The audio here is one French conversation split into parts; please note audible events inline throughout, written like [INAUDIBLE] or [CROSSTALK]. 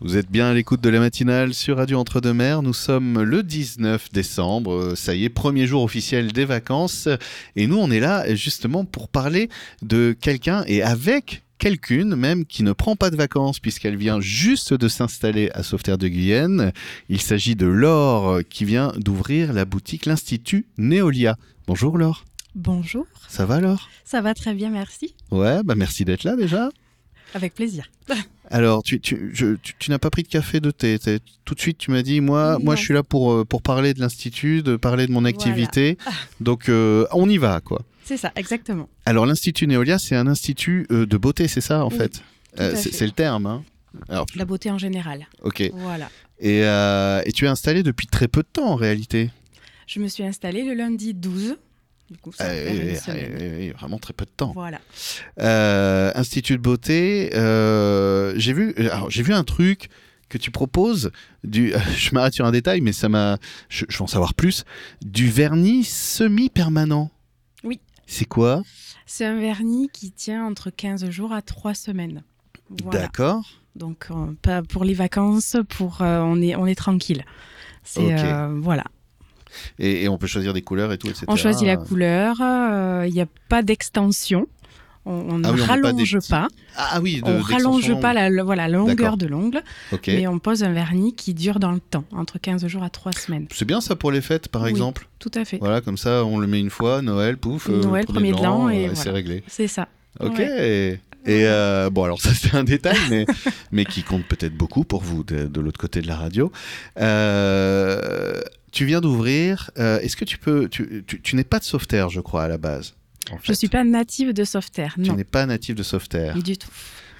Vous êtes bien à l'écoute de la matinale sur Radio Entre-deux-Mers. Nous sommes le 19 décembre. Ça y est, premier jour officiel des vacances. Et nous, on est là justement pour parler de quelqu'un et avec quelqu'une même qui ne prend pas de vacances puisqu'elle vient juste de s'installer à Sauveterre de Guyenne. Il s'agit de Laure qui vient d'ouvrir la boutique l'Institut Neolia. Bonjour Laure. Bonjour. Ça va Laure Ça va très bien, merci. Ouais, bah merci d'être là déjà. Avec plaisir. Alors, tu, tu, je- tu- tu n'as pas pris de café de thé. t'es- Tout de suite, tu m'as dit, moi, Non. moi, je suis là pour, euh, pour parler de l'Institut, de parler de mon [LAUGHS] activité. Donc, euh, on y va, quoi. C'est ça, exactement. Alors, l'Institut Néolia, c'est un institut euh, de beauté, c'est ça, en Oui, fait tout à c'est, fait. c'est le terme, hein Alors, La beauté en général. ok. Et, Voilà. euh, et tu es installé depuis très peu de temps, en réalité. Je me suis installée le lundi 12. Du coup, ça Euh, va faire une euh, semaine. euh, euh, vraiment très peu de temps. Voilà. Euh, Institut de beauté, euh, j'ai vu, alors, j'ai vu un truc que tu proposes. Du, [LAUGHS] je m'arrête sur un détail, mais ça m'a, je, je veux en savoir plus. Du vernis semi-permanent. Oui. C'est quoi C'est un vernis qui tient entre 15 jours à 3 semaines. Voilà. D'accord. Donc, euh, pas pour les vacances, pour euh, on est on est tranquille. C'est Ok. euh, voilà. Et, et on peut choisir des couleurs et tout, etc. On choisit la couleur. euh, Il n'y a pas d'extension. On, on Ah oui, on met pas ne des rallonge petits- pas. Ah oui, de, on rallonge d'extension. pas la, le- voilà, la D'accord. longueur de l'ongle. Ok. Mais on pose un vernis qui dure dans le temps, entre 15 jours à 3 semaines. C'est bien ça pour les fêtes, par Oui. exemple. Tout à fait. Voilà, comme ça, on le met une fois, Noël, pouf. euh, Noël, premier de l'an, et c'est voilà. réglé. C'est ça. Ok. Ouais. Et euh, bon, alors [LAUGHS] ça c'est un détail, mais, mais qui compte peut-être beaucoup pour vous de, de l'autre côté de la radio. Euh, tu viens d'ouvrir. euh, Est-ce que tu peux. Tu, tu- tu n'es pas de sauveterre, je crois, à la base. en Je fait. suis pas native de Sauveterre, Tu non. n'es pas natif de sauveterre. Du tout.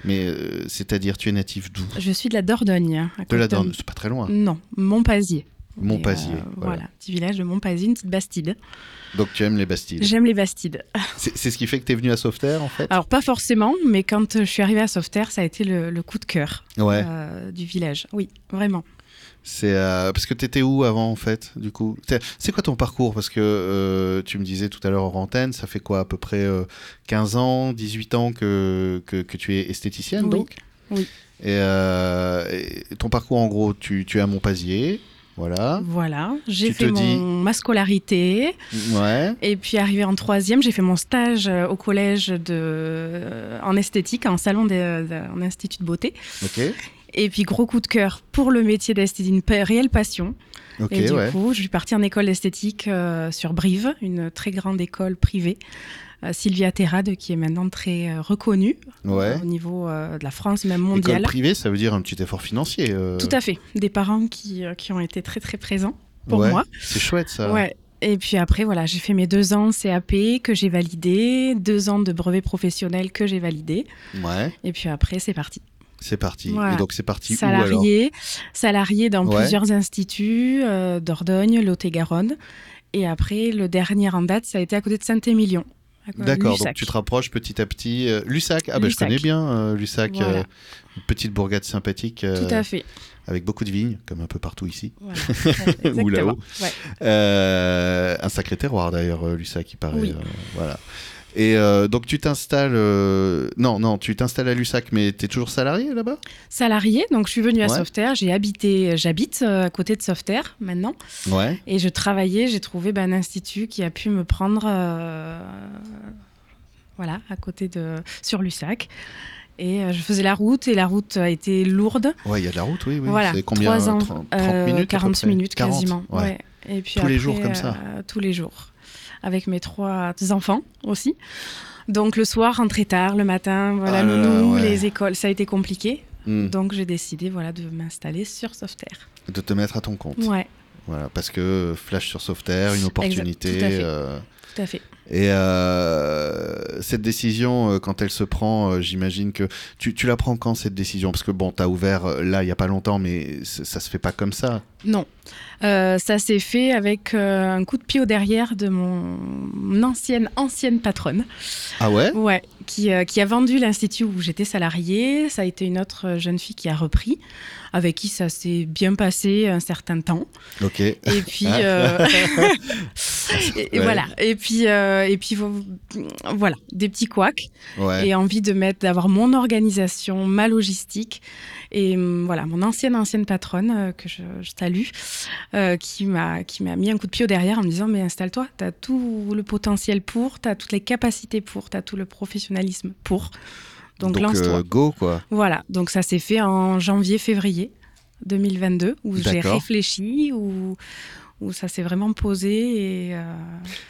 Mais euh, c'est-à-dire, tu es natif d'où Je suis de la Dordogne. hein, à De la côté Dorne. C'est pas très loin. Non, Montpazier. Montpazier. Et, euh, voilà. voilà. petit village de Montpazier, une petite bastide. Donc tu aimes les Bastides. J'aime les bastides. C'est c'est ce qui fait que tu es venu à sauveterre, en fait Alors, pas forcément, mais quand euh, je suis arrivée à Sauveterre, ça a été le, le coup de cœur Ouais. euh, du village. Oui, vraiment. C'est euh, parce que t'étais où avant en fait du coup T'es- C'est quoi ton parcours Parce que euh, tu me disais tout à l'heure en antenne, ça fait quoi à peu près euh, 15 ans, 18 ans que, que, que tu es esthéticienne Oui, donc oui. Et, euh, et ton parcours en gros, tu, tu es à Montpazier, voilà. Voilà. J'ai Ah. Tu fait te dis- mon- ma scolarité. Ouais. Et puis arrivé en troisième, j'ai fait mon stage euh, au collège de, euh, en esthétique, en salon des- de- en institut de beauté. [LAUGHS] Ok. Et puis gros coup de cœur pour le métier d'esthétique, une pa- réelle passion. Ok. et du ouais. coup, je suis partie en école d'esthétique euh, sur Brive, une très grande école privée. Euh, Sylvia Terrade, qui est maintenant très euh, reconnue ouais. euh, au niveau euh, de la France, même École mondiale. privée, ça veut dire un petit effort financier. euh, Tout à fait. Des parents qui, euh, qui ont été très très présents pour ouais. moi. C'est chouette ça. Ouais. Et puis après, voilà, j'ai fait mes deux ans CAP que j'ai validé, deux ans de brevet professionnel que j'ai validé. Ouais. Et puis après, c'est parti. C'est parti. Voilà. Et donc c'est parti où alors Salarié, salarié dans Ouais. plusieurs instituts, euh, Dordogne, Lot-et-Garonne. Et après, le dernier en date, ça a été à côté de Saint-Émilion. à côté de D'accord, donc Euh, Lussac. tu te rapproches petit à petit. euh, Lussac, ah ben je Lussac. connais bien euh, Lussac, Voilà. euh, une petite bourgade sympathique euh, Tout [LAUGHS] à fait. avec beaucoup de vignes, comme un peu partout ici. Voilà. Ouais, exactement. Ou là-haut. Ouais. Euh, un sacré terroir d'ailleurs, euh, Lussac, il paraît. Oui. euh, voilà. Et euh, donc tu t'installes. euh, Non, non, tu t'installes à Lussac, mais t'es toujours salarié là-bas Salarié, donc je suis venue à Ouais. Sauveterre, j'ai habité, j'habite euh, à côté de Sauveterre maintenant. Ouais. Et je travaillais, j'ai trouvé ben, un institut qui a pu me prendre euh, voilà, à côté de sur Lussac. Et euh, je faisais la route et la route a été lourde. Ouais, il y a de la route, oui. oui. Voilà, C'est combien trois ans, 30, Euh, minutes à peu 40 près minutes 40, quasiment. ouais. ouais. Et puis Tous les après, jours comme ça. euh, tous les jours. Avec mes trois enfants aussi. Donc le soir, rentrer tard, le matin, voilà, Ah là là, nounou, ouais. les écoles, ça a été compliqué. Hmm, Donc j'ai décidé voilà, de m'installer sur Sauveterre. De te mettre à ton compte. Ouais, Voilà, parce que euh, flash sur Sauveterre, une tout à opportunité. fait. euh, tout à fait. Et euh, cette décision, euh, quand elle se prend, euh, j'imagine que tu, tu la prends quand cette décision Parce que bon, t'as ouvert euh, là il y a pas longtemps, mais c- ça se fait pas comme ça. Non. Euh, ça s'est fait avec euh, un coup de pied au derrière de mon ancienne, ancienne patronne, Ah ouais ouais, qui, euh, qui a vendu l'institut où j'étais salariée. Ça a été une autre euh, jeune fille qui a repris, avec qui ça s'est bien passé un certain temps. Ok. Et puis, Ah. euh, [LAUGHS] et, et Ouais. voilà. Et puis, euh, et puis vo- voilà, des petits couacs Ouais. et envie de mettre, d'avoir mon organisation, ma logistique. Et hum, voilà, mon ancienne, ancienne patronne, euh, que je, je salue, euh, qui m'a qui m'a mis un coup de pied au derrière en me disant Mais installe-toi, tu as tout le potentiel pour, tu as toutes les capacités pour, tu as tout le professionnalisme pour. Donc, lance-toi. euh, go quoi. Voilà, donc ça s'est fait en janvier-février 2022, où j'ai D'accord. réfléchi, où, où ça s'est vraiment posé. Et, euh,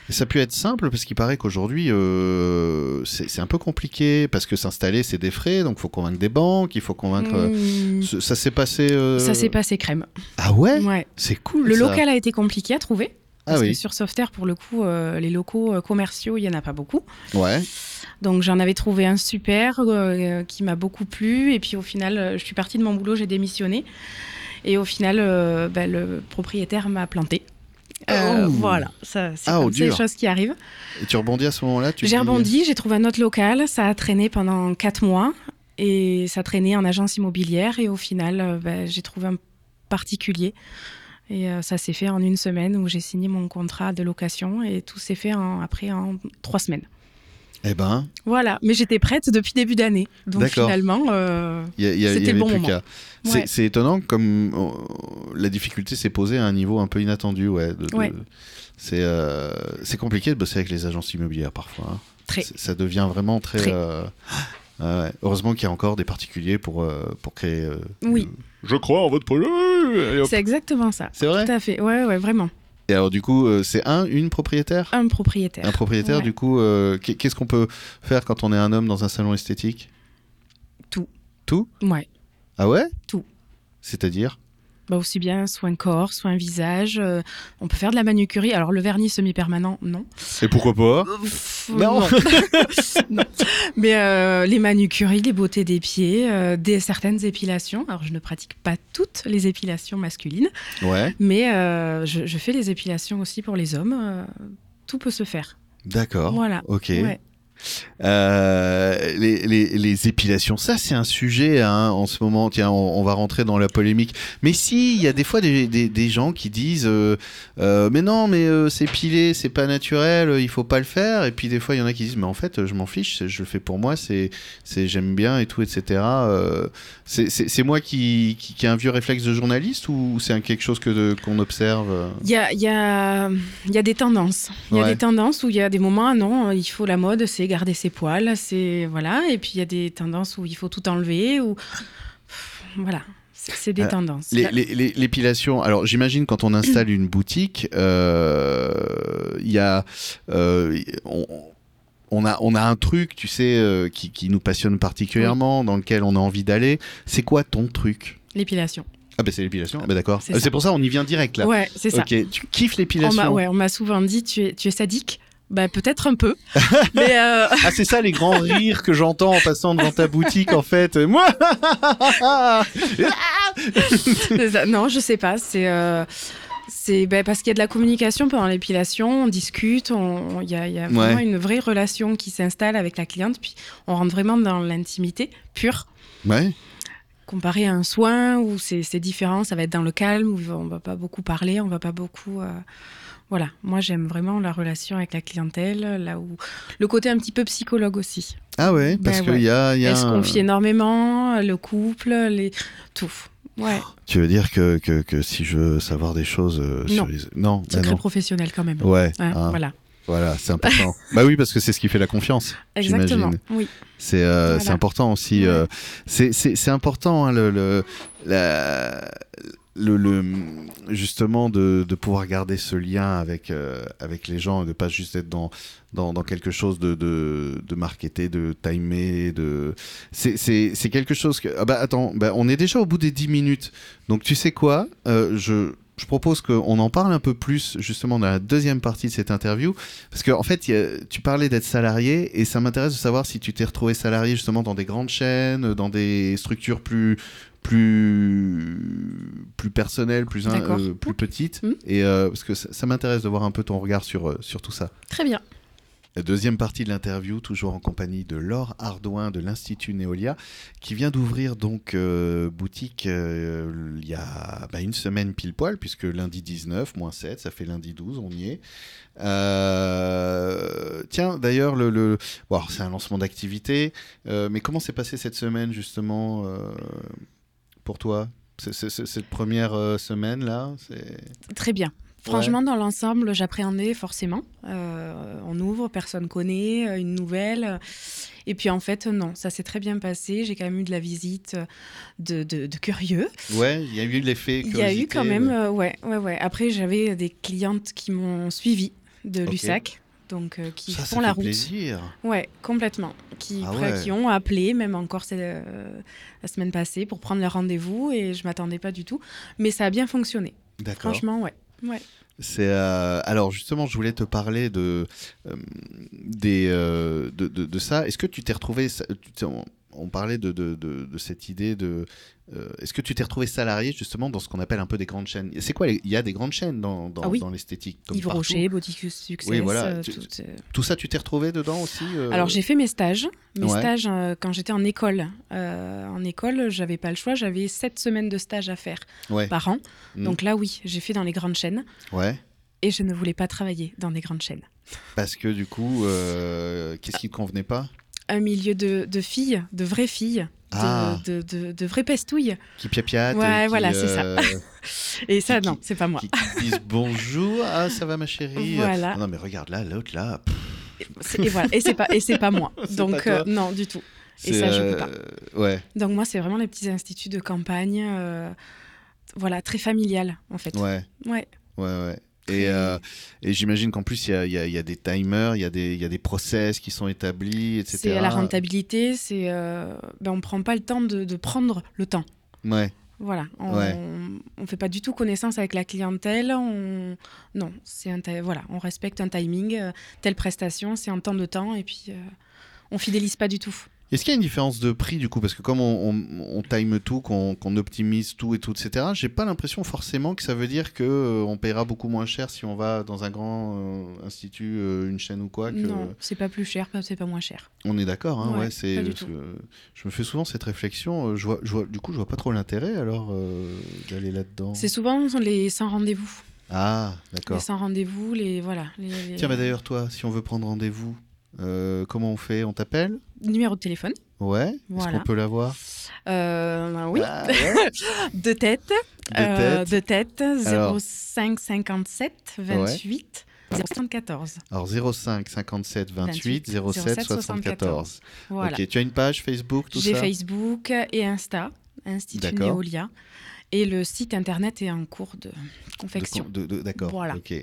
Et Ça a pu être simple parce qu'il paraît qu'aujourd'hui euh, c'est c'est un peu compliqué parce que s'installer c'est des frais donc faut convaincre des banques, il faut convaincre. euh, hmm, ce- Ça s'est passé. euh, Ça s'est passé crème. Ah ouais, Ouais. c'est cool. Le ça. local a été compliqué à trouver. Ah Parce que oui. sur Softair, pour le coup, euh, les locaux euh, commerciaux, il n'y en a pas beaucoup. Ouais. Donc j'en avais trouvé un super euh, qui m'a beaucoup plu. Et puis au final, euh, je suis partie de mon boulot, j'ai démissionné. Et au final, euh, bah, le propriétaire m'a planté. Euh, Oh. Voilà, ça, c'est Ah, comme au ça, les dur. choses qui arrivent. Et tu rebondis à ce moment-là. tu J'ai dis- euh, rebondi, j'ai trouvé un autre local, ça a traîné pendant quatre mois et ça traînait en agence immobilière et au final, euh, bah, j'ai trouvé un particulier et euh, ça s'est fait en une semaine où j'ai signé mon contrat de location et tout s'est fait en- après en trois semaines. Eh ben, Voilà, mais j'étais prête depuis début d'année, donc D'accord. finalement, euh, il y, a- il y a- il y C'était avait le bon plus moment. qu'à. C'est- Ouais. C'est étonnant comme euh, la difficulté s'est posée à un niveau un peu inattendu. Ouais. de- de- Ouais. C'est euh, c'est compliqué de bosser avec les agences immobilières parfois. hein. Très. C'est- Ça devient vraiment très. Très. euh, ah ouais. Heureusement qu'il y a encore des particuliers pour, euh, pour créer. euh, Oui. le- Je crois en votre projet. Allez, hop. c'est exactement ça. C'est vrai. Tout à fait, ouais, ouais, vraiment. Et alors du coup, euh, c'est un, une propriétaire. Un propriétaire. Un propriétaire, Ouais. du coup, euh, qu'est- qu'est-ce qu'on peut faire quand on est un homme dans un salon esthétique Tout. Tout Ouais. Ah ouais Tout. C'est-à-dire Bah, aussi bien soin corps, soin visage. euh, on peut faire de la manucurie. Alors le vernis semi-permanent, non. Et pourquoi pas Euh, Pff, [LAUGHS] Non. Non. Mais euh, les manucuries, les beautés des pieds, euh, des, certaines épilations. Alors, je ne pratique pas toutes les épilations masculines, Ouais, mais euh, je, je fais les épilations aussi pour les hommes. euh, tout peut se faire. d'accord. Voilà. Ah, Ok. Ouais. Euh, les, les- les épilations, ça c'est un sujet hein, en ce moment. Tiens, on, on va rentrer dans la polémique. Mais si, il y a des fois des, des- des gens qui disent euh, euh, Mais non, mais euh, c'est pilé, c'est pas naturel, euh, il faut pas le faire. Et puis des fois, il y en a qui disent Mais en fait, euh, je m'en fiche, c'est- je le fais pour moi, c'est c'est- j'aime bien et tout, etc. Euh, c'est- c'est c'est moi qui, qui, qui ai un vieux réflexe de journaliste ou c'est un- quelque chose que de- qu'on observe euh Il y a, il y, a, il y a des tendances. Il y a Ouais. des tendances où il y a des moments, ah non, il faut la mode, c'est garder ses poils, c'est voilà. Et puis il y a des tendances où il faut tout enlever, ou Pff, voilà. C'est c'est des Euh, tendances. Les- La- les- les- L'épilation, alors j'imagine quand on installe une boutique, euh, il y a, euh, on, on a, on a un truc, tu sais, euh, qui, qui nous passionne particulièrement, dans lequel on a envie d'aller. C'est quoi ton truc L'épilation. Ah ben c'est l'épilation. Ah ben d'accord. C'est Euh, ça. C'est pour ça on y vient direct là. Ouais, c'est ça. Ok, tu kiffes On m'a l'épilation. ouais, on m'a souvent dit tu es, tu es sadique. Bah, peut-être un peu. [LAUGHS] mais euh, [LAUGHS] Ah c'est ça les grands rires que j'entends en passant devant ta boutique en fait. [LAUGHS] Moi. c'est ça. non, je sais pas. C'est euh, c'est bah, parce qu'il y a de la communication pendant l'épilation. On discute. on- Il y a, il y a vraiment Ouais. une vraie relation qui s'installe avec la cliente. Puis on rentre vraiment dans l'intimité pure. ouais. Comparé à un soin où c'est c'est différent, ça va être dans le calme, où on va pas beaucoup parler, on va pas beaucoup. euh, Voilà, moi j'aime vraiment la relation avec la clientèle, là où le côté un petit peu psychologue aussi. Ah ouais. Parce Ben qu'il ouais. y a, il y a Elle se un- confie énormément, le couple, les... tout. Ouais, Tu veux dire que, que, que si je veux savoir des choses euh, sur Non. les... Non, bah secret non. professionnel quand même. Ouais, Hein, hein, voilà, voilà, c'est [LAUGHS] important. bah oui, parce que c'est ce qui fait la confiance. exactement. J'imagine. Oui, C'est euh, Voilà. c'est important aussi. euh, Ouais. c'est- c'est c'est important, hein, le, le, la- le, le- justement, de, de pouvoir garder ce lien avec, euh, avec les gens et de pas juste être dans, dans, dans quelque chose de, de, de marketé, de timé. De... C'est- C'est c'est quelque chose que. Ah bah attends, bah on est déjà au bout des 10 minutes. Donc tu sais quoi Euh, Je. Je propose qu'on en parle un peu plus justement dans la deuxième partie de cette interview. Parce que en fait, il y a- tu parlais d'être salarié et ça m'intéresse de savoir si tu t'es retrouvé salarié justement dans des grandes chaînes, dans des structures plus plus plus personnelles, plus in- D'accord. euh, plus petites. Mhm. Et euh, parce que ça, ça m'intéresse de voir un peu ton regard sur euh, sur tout ça. très bien. La Deuxième partie de l'interview, toujours en compagnie de Laure Ardouin de l'Institut Néolia, qui vient d'ouvrir donc euh, boutique euh, il y a bah, une semaine pile poil, puisque lundi 19, moins 7, ça fait lundi 12, on y est. Euh, tiens, d'ailleurs, le, le... bon, alors, c'est un lancement d'activité, euh, mais comment s'est passée cette semaine justement euh, pour toi c- c- c- cette première euh, semaine là c'est... Très bien. Franchement, dans l'ensemble, j'appréhendais forcément. Euh, on ouvre, personne connaît, euh, une nouvelle. Et puis en fait, non, ça s'est très bien passé. J'ai quand même eu de la visite euh, de, de- de curieux. Ouais, il y a eu l'effet. Il y a curiosité, eu quand même, ouais. euh, ouais, ouais, ouais. Après, j'avais des clientes qui m'ont suivi de Ok. Lussac, donc euh, qui ça, font ça la fait route. plaisir. Ouais, complètement. Qui, Ah pre- ouais. qui ont appelé, même encore c'est, euh, la semaine passée, pour prendre leur rendez-vous. Et je m'attendais pas du tout, mais ça a bien fonctionné. D'accord. Franchement, ouais. C'est euh, alors justement, je voulais te parler de euh, des euh, de, de- de ça. Est-ce que tu t'es retrouvé sa- tu t'es- on, on parlait de, de, de- de cette idée de euh, est-ce que tu t'es retrouvé salarié justement dans ce qu'on appelle un peu des grandes chaînes C'est quoi les- Il y a des grandes chaînes dans, dans, Ah oui. dans l'esthétique. comme Yves partout. Rocher, Boutique Success. Oui, voilà, euh, tu- tout, euh, Tout ça, tu t'es retrouvé dedans aussi euh, Alors j'ai fait mes stages, mes Ouais. stages euh, quand j'étais en école. Euh, en école, j'avais pas le choix, j'avais sept semaines de stage à faire Ouais. par an. Mm. Donc là oui, j'ai fait dans les grandes chaînes Ouais. et je ne voulais pas travailler dans des grandes chaînes. Parce que du coup, euh, qu'est-ce qui te convenait pas Un milieu de, de filles, de vraies filles, de- Ah. de, de- de vraies pestouilles. Qui piapiate Ouais, qui, voilà, c'est ça. euh, Et ça Qui- non, c'est pas moi. qui qui disent bonjour, ah ça va ma chérie. Voilà. Ah non mais regarde là, l'autre là. C'est- Et voilà, et c'est pas et c'est pas moi. [LAUGHS] C'est Donc pas toi. euh, non du tout. Et c'est, ça, je peux euh, Ouais, Donc moi c'est vraiment les petits instituts de campagne, euh, voilà très familial en fait. ouais, ouais. ouais, ouais. Et, euh, et j'imagine qu'en plus, il y a, il y a- il y a des timers, il y, a des- il y a des process qui sont établis, etc. C'est la rentabilité, c'est euh, ben, on prend pas le temps de, de prendre le temps. Ouais, Voilà, on, Ouais. on fait pas du tout connaissance avec la clientèle. On... Non, c'est un ti- voilà, on respecte un timing, euh, telle prestation, c'est en temps de temps et puis euh, on fidélise pas du tout. Est-ce qu'il y a une différence de prix du coup Parce que comme on, on- on time tout, qu'on qu'on optimise tout et tout, etc., j'ai pas l'impression forcément que ça veut dire que euh, on paiera beaucoup moins cher si on va dans un grand euh, institut, euh, une chaîne ou quoi. Que... Non, c'est pas plus cher, pas- c'est pas moins cher. On est d'accord, hein, ouais, Ouais, c'est. pas du parce tout. que Je me fais souvent cette réflexion. euh, Je vois, je vois, du coup, je vois pas trop l'intérêt alors euh, d'aller là-dedans. C'est souvent les sans rendez-vous, Ah, les d'accord. sans rendez-vous, les voilà, les, les- Tiens, bah d'ailleurs, toi, si on veut prendre rendez-vous, euh, comment on fait On t'appelle numéro de téléphone. Ouais. Est-ce Voilà. qu'on peut l'avoir Euh, oui, Ah, ouais. de tête. De [LAUGHS] Euh, tête. De tête, Alors. 05 57 28 074. Alors 05 57 28 07 28, 74. 74. Voilà. Ok, tu as une page Facebook, tout J'ai ça Facebook et Insta, Institut D'accord. Neolia. Et le site internet est en cours de De- confection. de- de- D'accord. Voilà. Ok.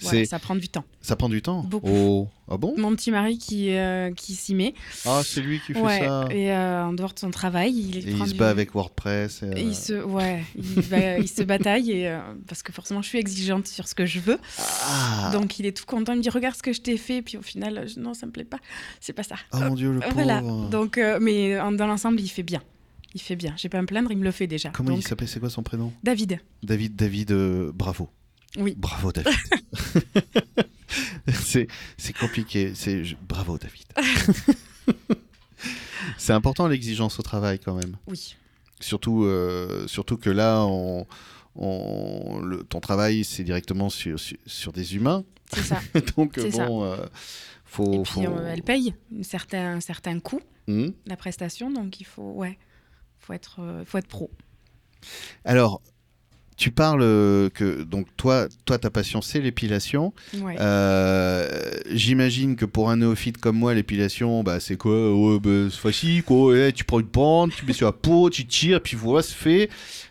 Voilà, C'est- ça prend du temps. Ça prend du temps. Beaucoup. Mm. Oh. Ah bon Mon petit mari qui, euh, qui s'y met. Ah, c'est lui qui fait Ouais, ça. Et, Et euh, en dehors de son travail, il, prend il se du- bat avec WordPress. et, et euh, il se, ouais, il, va- il se bataille et, euh, parce que forcément je suis exigeante sur ce que je veux. Ah Donc il est tout content, il me dit regarde ce que je t'ai fait. Et puis au final, euh, je- non, ça me plaît pas. C'est pas ça. Oh mon dieu, le pauvre. Voilà. Donc, euh, mais en- dans l'ensemble, il fait bien. Il fait bien. J'ai pas à me plaindre, il me le fait déjà. Comment il Donc, s'appelait C'est quoi son prénom David. David, David, euh, bravo. Oui. Bravo, [LAUGHS] David. c'est, c'est compliqué. C'est, je- bravo, [LAUGHS] David. c'est important l'exigence au travail quand même. Oui. Surtout, euh, surtout que là, on, on- le- ton travail, c'est directement sur, sur, sur des humains. [LAUGHS] C'est ça. Donc, C'est ça. bon, euh, faut. Et puis, faut- euh, elle paye une certain, un certain coût, Hmm. la prestation. Donc, il faut, ouais, faut être, euh, faut être pro. Alors, tu parles euh, que. Donc, toi, toi ta passion, c'est l'épilation. Ouais. Euh, j'imagine que pour un néophyte comme moi, l'épilation, bah, c'est quoi ouais, bah, C'est facile, quoi. Ouais, tu prends une bande, tu mets sur la peau, tu tires, puis voilà, c'est fait.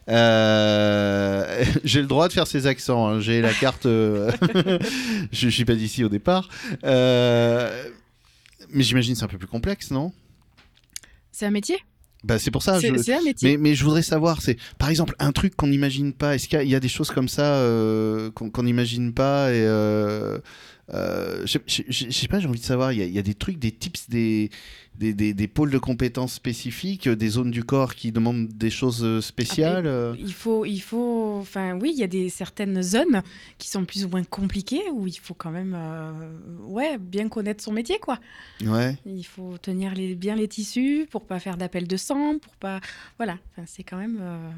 Euh, [LAUGHS] J'ai le droit de faire ces accents. hein. J'ai la carte. euh, [LAUGHS] je, je suis pas d'ici au départ. Euh, Mais j'imagine que c'est un peu plus complexe, non C'est un métier. bah, C'est pour ça. c'est je- c'est un métier. Mais, mais je voudrais savoir, c'est par exemple un truc qu'on n'imagine pas. Est-ce qu'il y a- il y, a des choses comme ça euh, qu'on qu'on n'imagine pas et euh, euh, je, je- je- je sais pas, j'ai envie de savoir. Il y, a- il y a des trucs, des tips, des, des, des- des pôles de compétences spécifiques, euh, des zones du corps qui demandent des choses euh, spéciales. euh. Il faut, il faut, enfin oui, il y a des certaines zones qui sont plus ou moins compliquées où il faut quand même, euh, ouais, bien connaître son métier, quoi. Ouais. Il faut tenir les- bien les tissus pour pas faire d'appel de sang, pour pas, voilà. Enfin, c'est quand même. euh,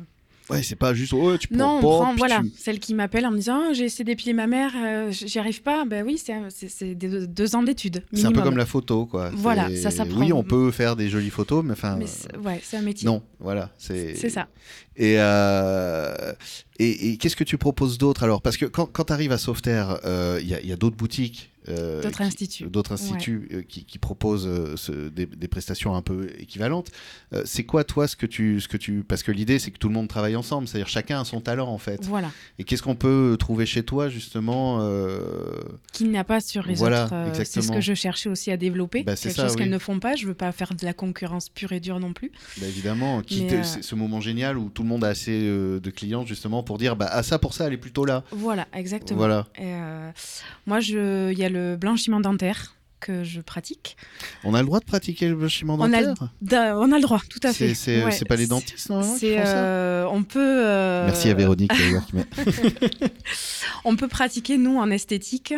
Ouais, c'est pas juste, oh, tu prends Non, on pas, prend, puis voilà, tu- celle qui m'appelle en me disant Ah, j'ai essayé d'épiler ma mère, euh, j- j'y arrive pas. Ben oui, c'est- c'est c'est deux, deux ans d'études. C'est un peu minimum. comme la photo, quoi. Voilà, C'est- ça s'apprend. Oui, on peut faire des jolies photos, mais enfin. Mais euh, c'est- ouais, c'est un métier. Non, voilà. C'est C'est ça. Et, euh, et, et qu'est-ce que tu proposes d'autre alors Parce que quand, quand tu arrives à Sauveterre, euh, il y a- il y a, d'autres boutiques. euh, D'autres qui- instituts. D'autres instituts euh, qui, qui proposent euh, ce- des, des prestations un peu équivalentes. Euh, c'est quoi, toi, ce que tu. Ce que tu parce que l'idée, c'est que tout le monde travaille ensemble, c'est-à-dire chacun a son talent, en fait. Voilà. Et qu'est-ce qu'on peut trouver chez toi, justement euh, Qu'il n'y a pas sur les Voilà, autres. euh, c'est ce exactement. que je cherchais aussi à développer. Bah, c'est quelque ça, chose oui. qu'elles ne font pas. Je veux pas faire de la concurrence pure et dure non plus. bah, Évidemment, qui Mais, te- euh, c'est ce moment génial où tout le monde a assez euh, de clients, justement, pour dire bah, ah, ça, pour ça, elle est plutôt là. Voilà, exactement. Voilà. Et, euh, moi, je- il y a le blanchiment dentaire que je pratique. On a le droit de pratiquer le blanchiment On a le- dentaire Da- on a le droit, tout à C'est- fait. C'est Ouais, c'est pas les c'est- dentistes, normalement, qui c'est, font ça euh, on peut. euh, Merci à Véronique, d'ailleurs, qui m'a- On peut pratiquer, nous, en esthétique,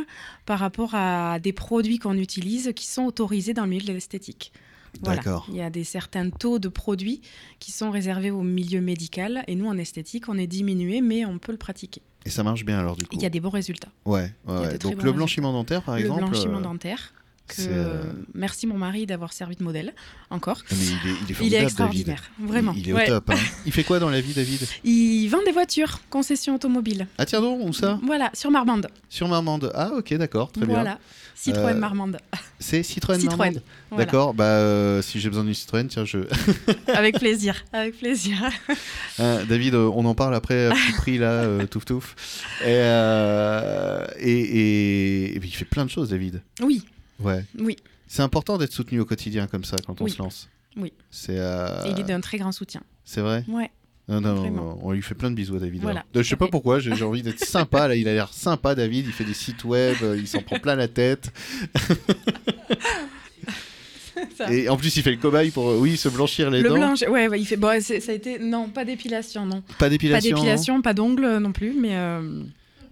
par rapport à des produits qu'on utilise qui sont autorisés dans le milieu de l'esthétique. [LAUGHS] Voilà. D'accord. Il y a des certains taux de produits qui sont réservés au milieu médical. Et nous, en esthétique, on est diminué, mais on peut le pratiquer. Et ça marche bien, alors, du coup Il y a des bons résultats. Ouais, ouais, a ouais. de très Donc, bons le blanchiment dentaire, par le exemple. blanchiment euh, dentaire. Que... c'est, euh, Merci, mon mari, d'avoir servi de modèle, encore. Mais il est, il est formidable, [LAUGHS] Il est David. extraordinaire, vraiment. Il, il est au Ouais. top. [LAUGHS] hein. Il fait quoi dans la vie, David Il vend des voitures, concession automobile. Ah, tiens donc, où ça Voilà, sur Marmande. Sur Marmande. Ah, ok, d'accord, très bien. voilà, Citroën Euh, Marmande. C'est Citroën, Citroën, Marmande Voilà. D'accord, bah, euh, si j'ai besoin d'une Citroën, tiens, je. [LAUGHS] [LAUGHS] Avec plaisir, avec plaisir. Hein, David, euh, on en parle après à petit prix là, euh, [LAUGHS] touf touf. Et, euh, et, et- et puis, il fait plein de choses, David. Oui, Ouais. oui. C'est important d'être soutenu au quotidien comme ça quand on Oui. se lance. Oui. C'est euh, Il est d'un très grand soutien. c'est vrai. Ouais. Non, non, Vraiment. on lui fait plein de bisous à David. Voilà. alors. Euh, Je sais pas Et- pourquoi, j'ai j'ai envie d'être sympa. Là, il a l'air sympa, David. Il fait des sites web, euh, il s'en prend plein la tête. [LAUGHS] Ça. Et en plus, il fait le cobaye pour, euh, oui, se blanchir les Le dents. blanche, ouais, ouais, il fait. Bon, c'est- ça a été. Non, pas d'épilation, non. Pas Pas d'épilation. d'épilation, pas d'ongles non plus, mais euh,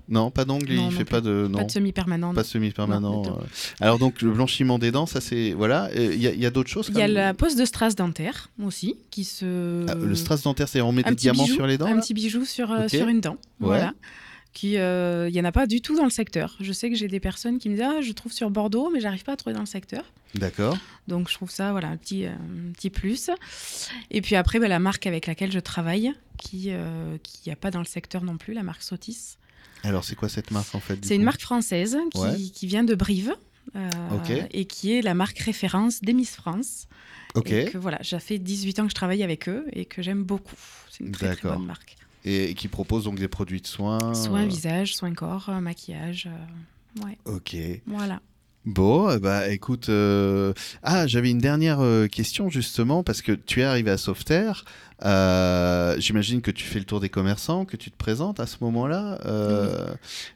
Non, pas d'ongle. Non, Il non fait plus. pas de, non, pas de semi-permanente. pas de semi-permanent. Non, pas de- euh. Alors donc, le blanchiment des dents, ça c'est, voilà. Euh, Il y a, il y a d'autres choses. Il y a comme- la pose de strass dentaire aussi, qui se. Ah, le strass dentaire, c'est on met un des petit diamants bijou, sur les dents. Un là petit bijou sur, euh, Ok. sur une dent. Voilà. Qui, euh, il y en a pas du tout dans le secteur. Je sais que j'ai des personnes qui me disent Ah, je trouve sur Bordeaux, mais j'arrive pas à trouver dans le secteur. D'accord. Donc je trouve ça voilà un petit, euh, un petit plus. Et puis après bah, la marque avec laquelle je travaille, qui euh, qui n'y a pas dans le secteur non plus, la marque Sotis. Alors c'est quoi cette marque en fait du C'est une coup marque française qui, Ouais. qui vient de Brive. euh, Ok. Et qui est la marque référence des Miss France. Ok. Et que voilà, ça fait 18 ans que je travaille avec eux et que j'aime beaucoup. C'est une très, très D'accord. bonne marque. et, et qui propose donc des produits de soins. Soin euh, visage, soin corps, euh, maquillage. euh, ouais, Ok. voilà. Bon, eh bah écoute, euh, ah j'avais une dernière euh, question justement parce que tu es arrivé à Sauveterre. euh, J'imagine que tu fais le tour des commerçants, que tu te présentes à ce moment-là. euh,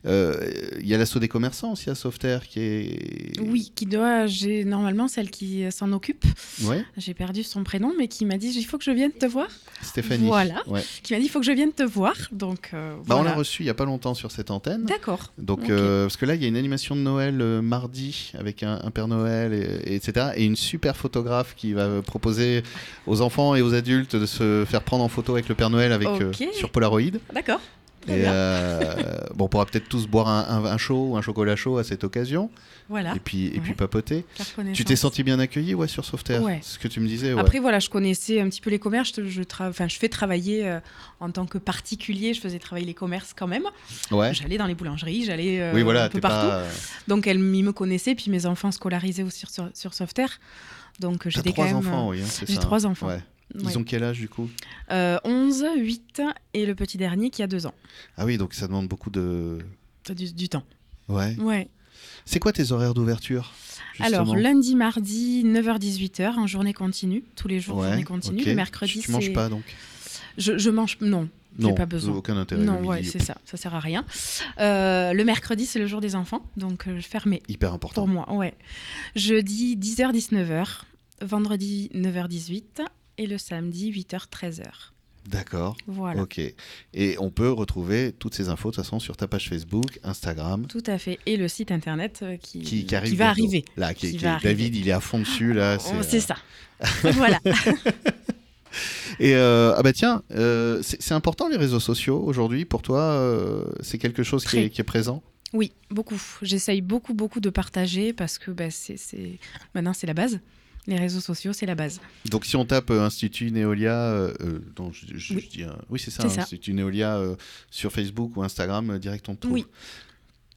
euh, Il y a l'assaut des commerçants aussi à Sauveterre qui est. Oui, qui doit, j'ai normalement celle qui euh, s'en occupe. Ouais. J'ai perdu son prénom, mais qui m'a dit il faut que je vienne te voir. Stéphanie. Voilà. Ouais. qui m'a dit il faut que je vienne te voir. Donc euh, Bah, On voilà. l'a reçu il y a pas longtemps sur cette antenne. D'accord. Donc, Ok. euh, parce que là, il y a une animation de Noël euh, mardi avec un, un Père Noël, et, et etc. Et une super photographe qui va proposer aux enfants et aux adultes de se faire prendre en photo avec le Père Noël avec, euh, Ok. sur Polaroid. D'accord. Très Et bien. euh, bon, on pourra peut-être tous boire un, un vin chaud ou un chocolat chaud à cette occasion. Voilà. et puis, et puis Ah. ouais. papoter. faire connaissance. Tu t'es senti bien accueilli ouais, sur Sauveterre Ouais. C'est ce que tu me disais. Ouais. Après voilà, je connaissais un petit peu les commerces. Je, je, tra- enfin, je fais travailler euh, en tant que particulier. Je faisais travailler les commerces quand même. Ouais. J'allais dans les boulangeries, j'allais euh, oui, voilà, un peu t'es partout. pas. Donc elle ils me connaissait. Puis mes enfants scolarisés aussi sur, sur, sur Sauveterre. Donc euh, T'as j'étais quand trois même. enfants, oui, hein, c'est j'ai ça, trois enfants, Ouais. euh, ouais. Ils ont quel âge du coup Euh, 11, 8 et le petit dernier qui a 2 ans. Ah oui, donc ça demande beaucoup de. Ça, Du, du temps. Ouais. Ouais. C'est quoi tes horaires d'ouverture justement Alors, lundi, mardi, 9h-18h, en journée continue, tous les jours, Ouais, journée continue. ok. Le mercredi, Tu, tu manges c'est- pas donc Je, je mange, non, j'ai Non, pas besoin. aucun intérêt. non, le ouais, midi, c'est ça, ça sert à rien. Euh, le mercredi, c'est le jour des enfants, donc euh, fermé hyper important. pour moi, ouais. Jeudi, 10h-19h, vendredi, 9h-18h, et le samedi, 8h-13h. D'accord. Voilà, Ok. Et on peut retrouver toutes ces infos de toute façon sur ta page Facebook, Instagram, tout à fait. Et le site internet euh, qui, qui, qui arrive va bientôt. arriver. Là, qui- Qui qui- va arriver. [LAUGHS] David, il est à fond dessus là. Oh, C'est C'est ça. voilà. Et euh, ah bah tiens, euh, c'est c'est important les réseaux sociaux aujourd'hui pour toi euh, C'est quelque chose qui Très. est, qui est présent Oui, beaucoup. J'essaye beaucoup, beaucoup de partager parce que bah, c'est, c'est- maintenant, c'est la base. Les réseaux sociaux, c'est la base. Donc si on tape euh, Institut Neolia, euh, euh, non, je, je- Oui. je dis, euh, oui c'est ça, C'est ça. Institut Neolia euh, sur Facebook ou Instagram, euh, direct on te trouve. Oui.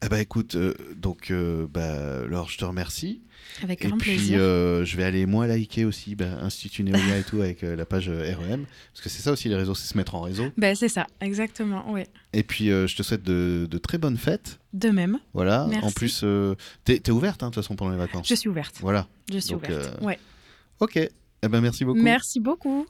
Ah bah écoute, euh, donc euh, bah, alors je te remercie. Avec Et grand puis plaisir. euh, je vais aller moi liker aussi bah, Institut Neolia et tout avec euh, la page euh, REM, parce que c'est ça aussi les réseaux, c'est se mettre en réseau. Bah, c'est ça, exactement. Ouais. Et puis euh, je te souhaite de, de très bonnes fêtes. De même, Voilà, en Merci. plus, euh, t'es t'es ouverte hein, de toute façon pendant les vacances. je suis ouverte. Voilà, Je suis Donc, ouverte. euh, Ouais. ok. Eh ben, merci beaucoup. Merci beaucoup.